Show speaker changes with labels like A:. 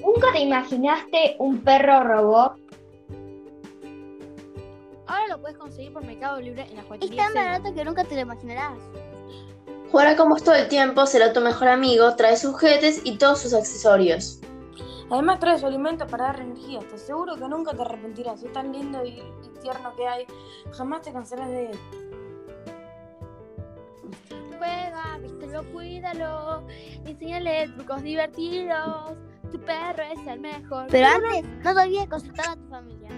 A: ¿Nunca te imaginaste un perro robot?
B: Ahora lo puedes conseguir por Mercado Libre en la
C: Es
B: juguetería
C: tan
B: Seba.
C: barato que nunca te lo imaginarás.
D: Jugará con vos todo el tiempo, será tu mejor amigo, trae sus juguetes y todos sus accesorios.
E: Además trae su alimento para dar energía. Te aseguro que nunca te arrepentirás. Es tan lindo y, y tierno que hay. Jamás te cansarás de él.
C: Juega, vístelo, cuídalo. Enséñale trucos divertidos. Tu perro es el mejor. Pero antes, no te olvides consultar a tu familia.